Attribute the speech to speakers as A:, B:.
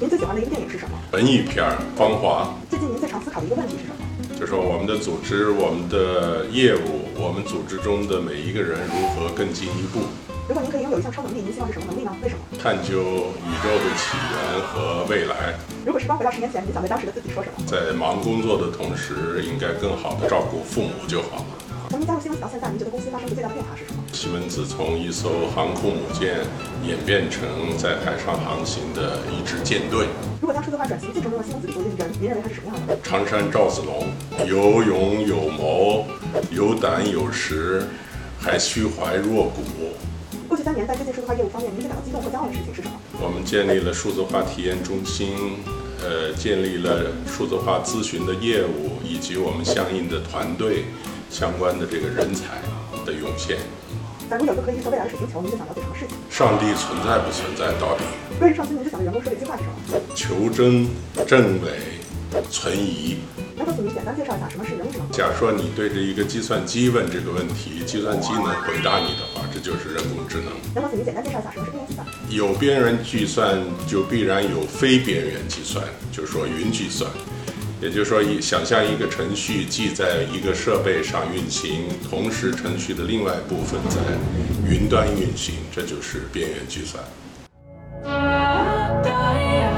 A: 您最喜欢的一个电影是什么？
B: 文艺片儿，《芳华》。
A: 最近您最常思考的一个问题是什么？
B: 就说我们的组织、我们的业务、我们组织中的每一个人如何更进一步，
A: 如果您可以拥有一项超能力，您希望是什么能力呢？为什么？
B: 探究宇宙的起源和未来，
A: 如果时光回到十年前，你想对当时的自己说什么？
B: 在忙工作的同时，应该更好的照顾父母就好了。
A: 从您加入新闻到现在，您觉得公司发生的最大的变化是什么？
B: 西门子从一艘航空母舰演变成在海上航行的一支舰队。
A: 如果将数字化转型进程中的新闻子里做认真，您认为它是什么样的？
B: 常山赵子龙，有勇有谋，有胆有识，还虚怀若谷。
A: 过去三年在推进数字化业务方面，您最感到激动或骄傲的事情是什么？
B: 我们建立了数字化体验中心，呃，建立了数字化咨询的业务，以及我们相应的团队相关的这个人才的涌现。
A: 假如有一个可以预测未来的水晶球，您最想了解什么事情？
B: 上帝存在不存在？到底
A: 关于创新，您最想对员工说的一句话是什么？
B: 求真、证伪、存疑。
A: 能否请您简单介绍一下什么是人工智能？
B: 假如说你对着一个计算机问这个问题，计算机能回答你的话，这就是人工智能。
A: 能否请您简单介绍一下什么是边缘计算？
B: 有边缘计算就必然有非边缘计算，就是说云计算。也就是说，一想象一个程序既在一个设备上运行，同时程序的另外一部分在云端运行，这就是边缘计算。
C: 啊。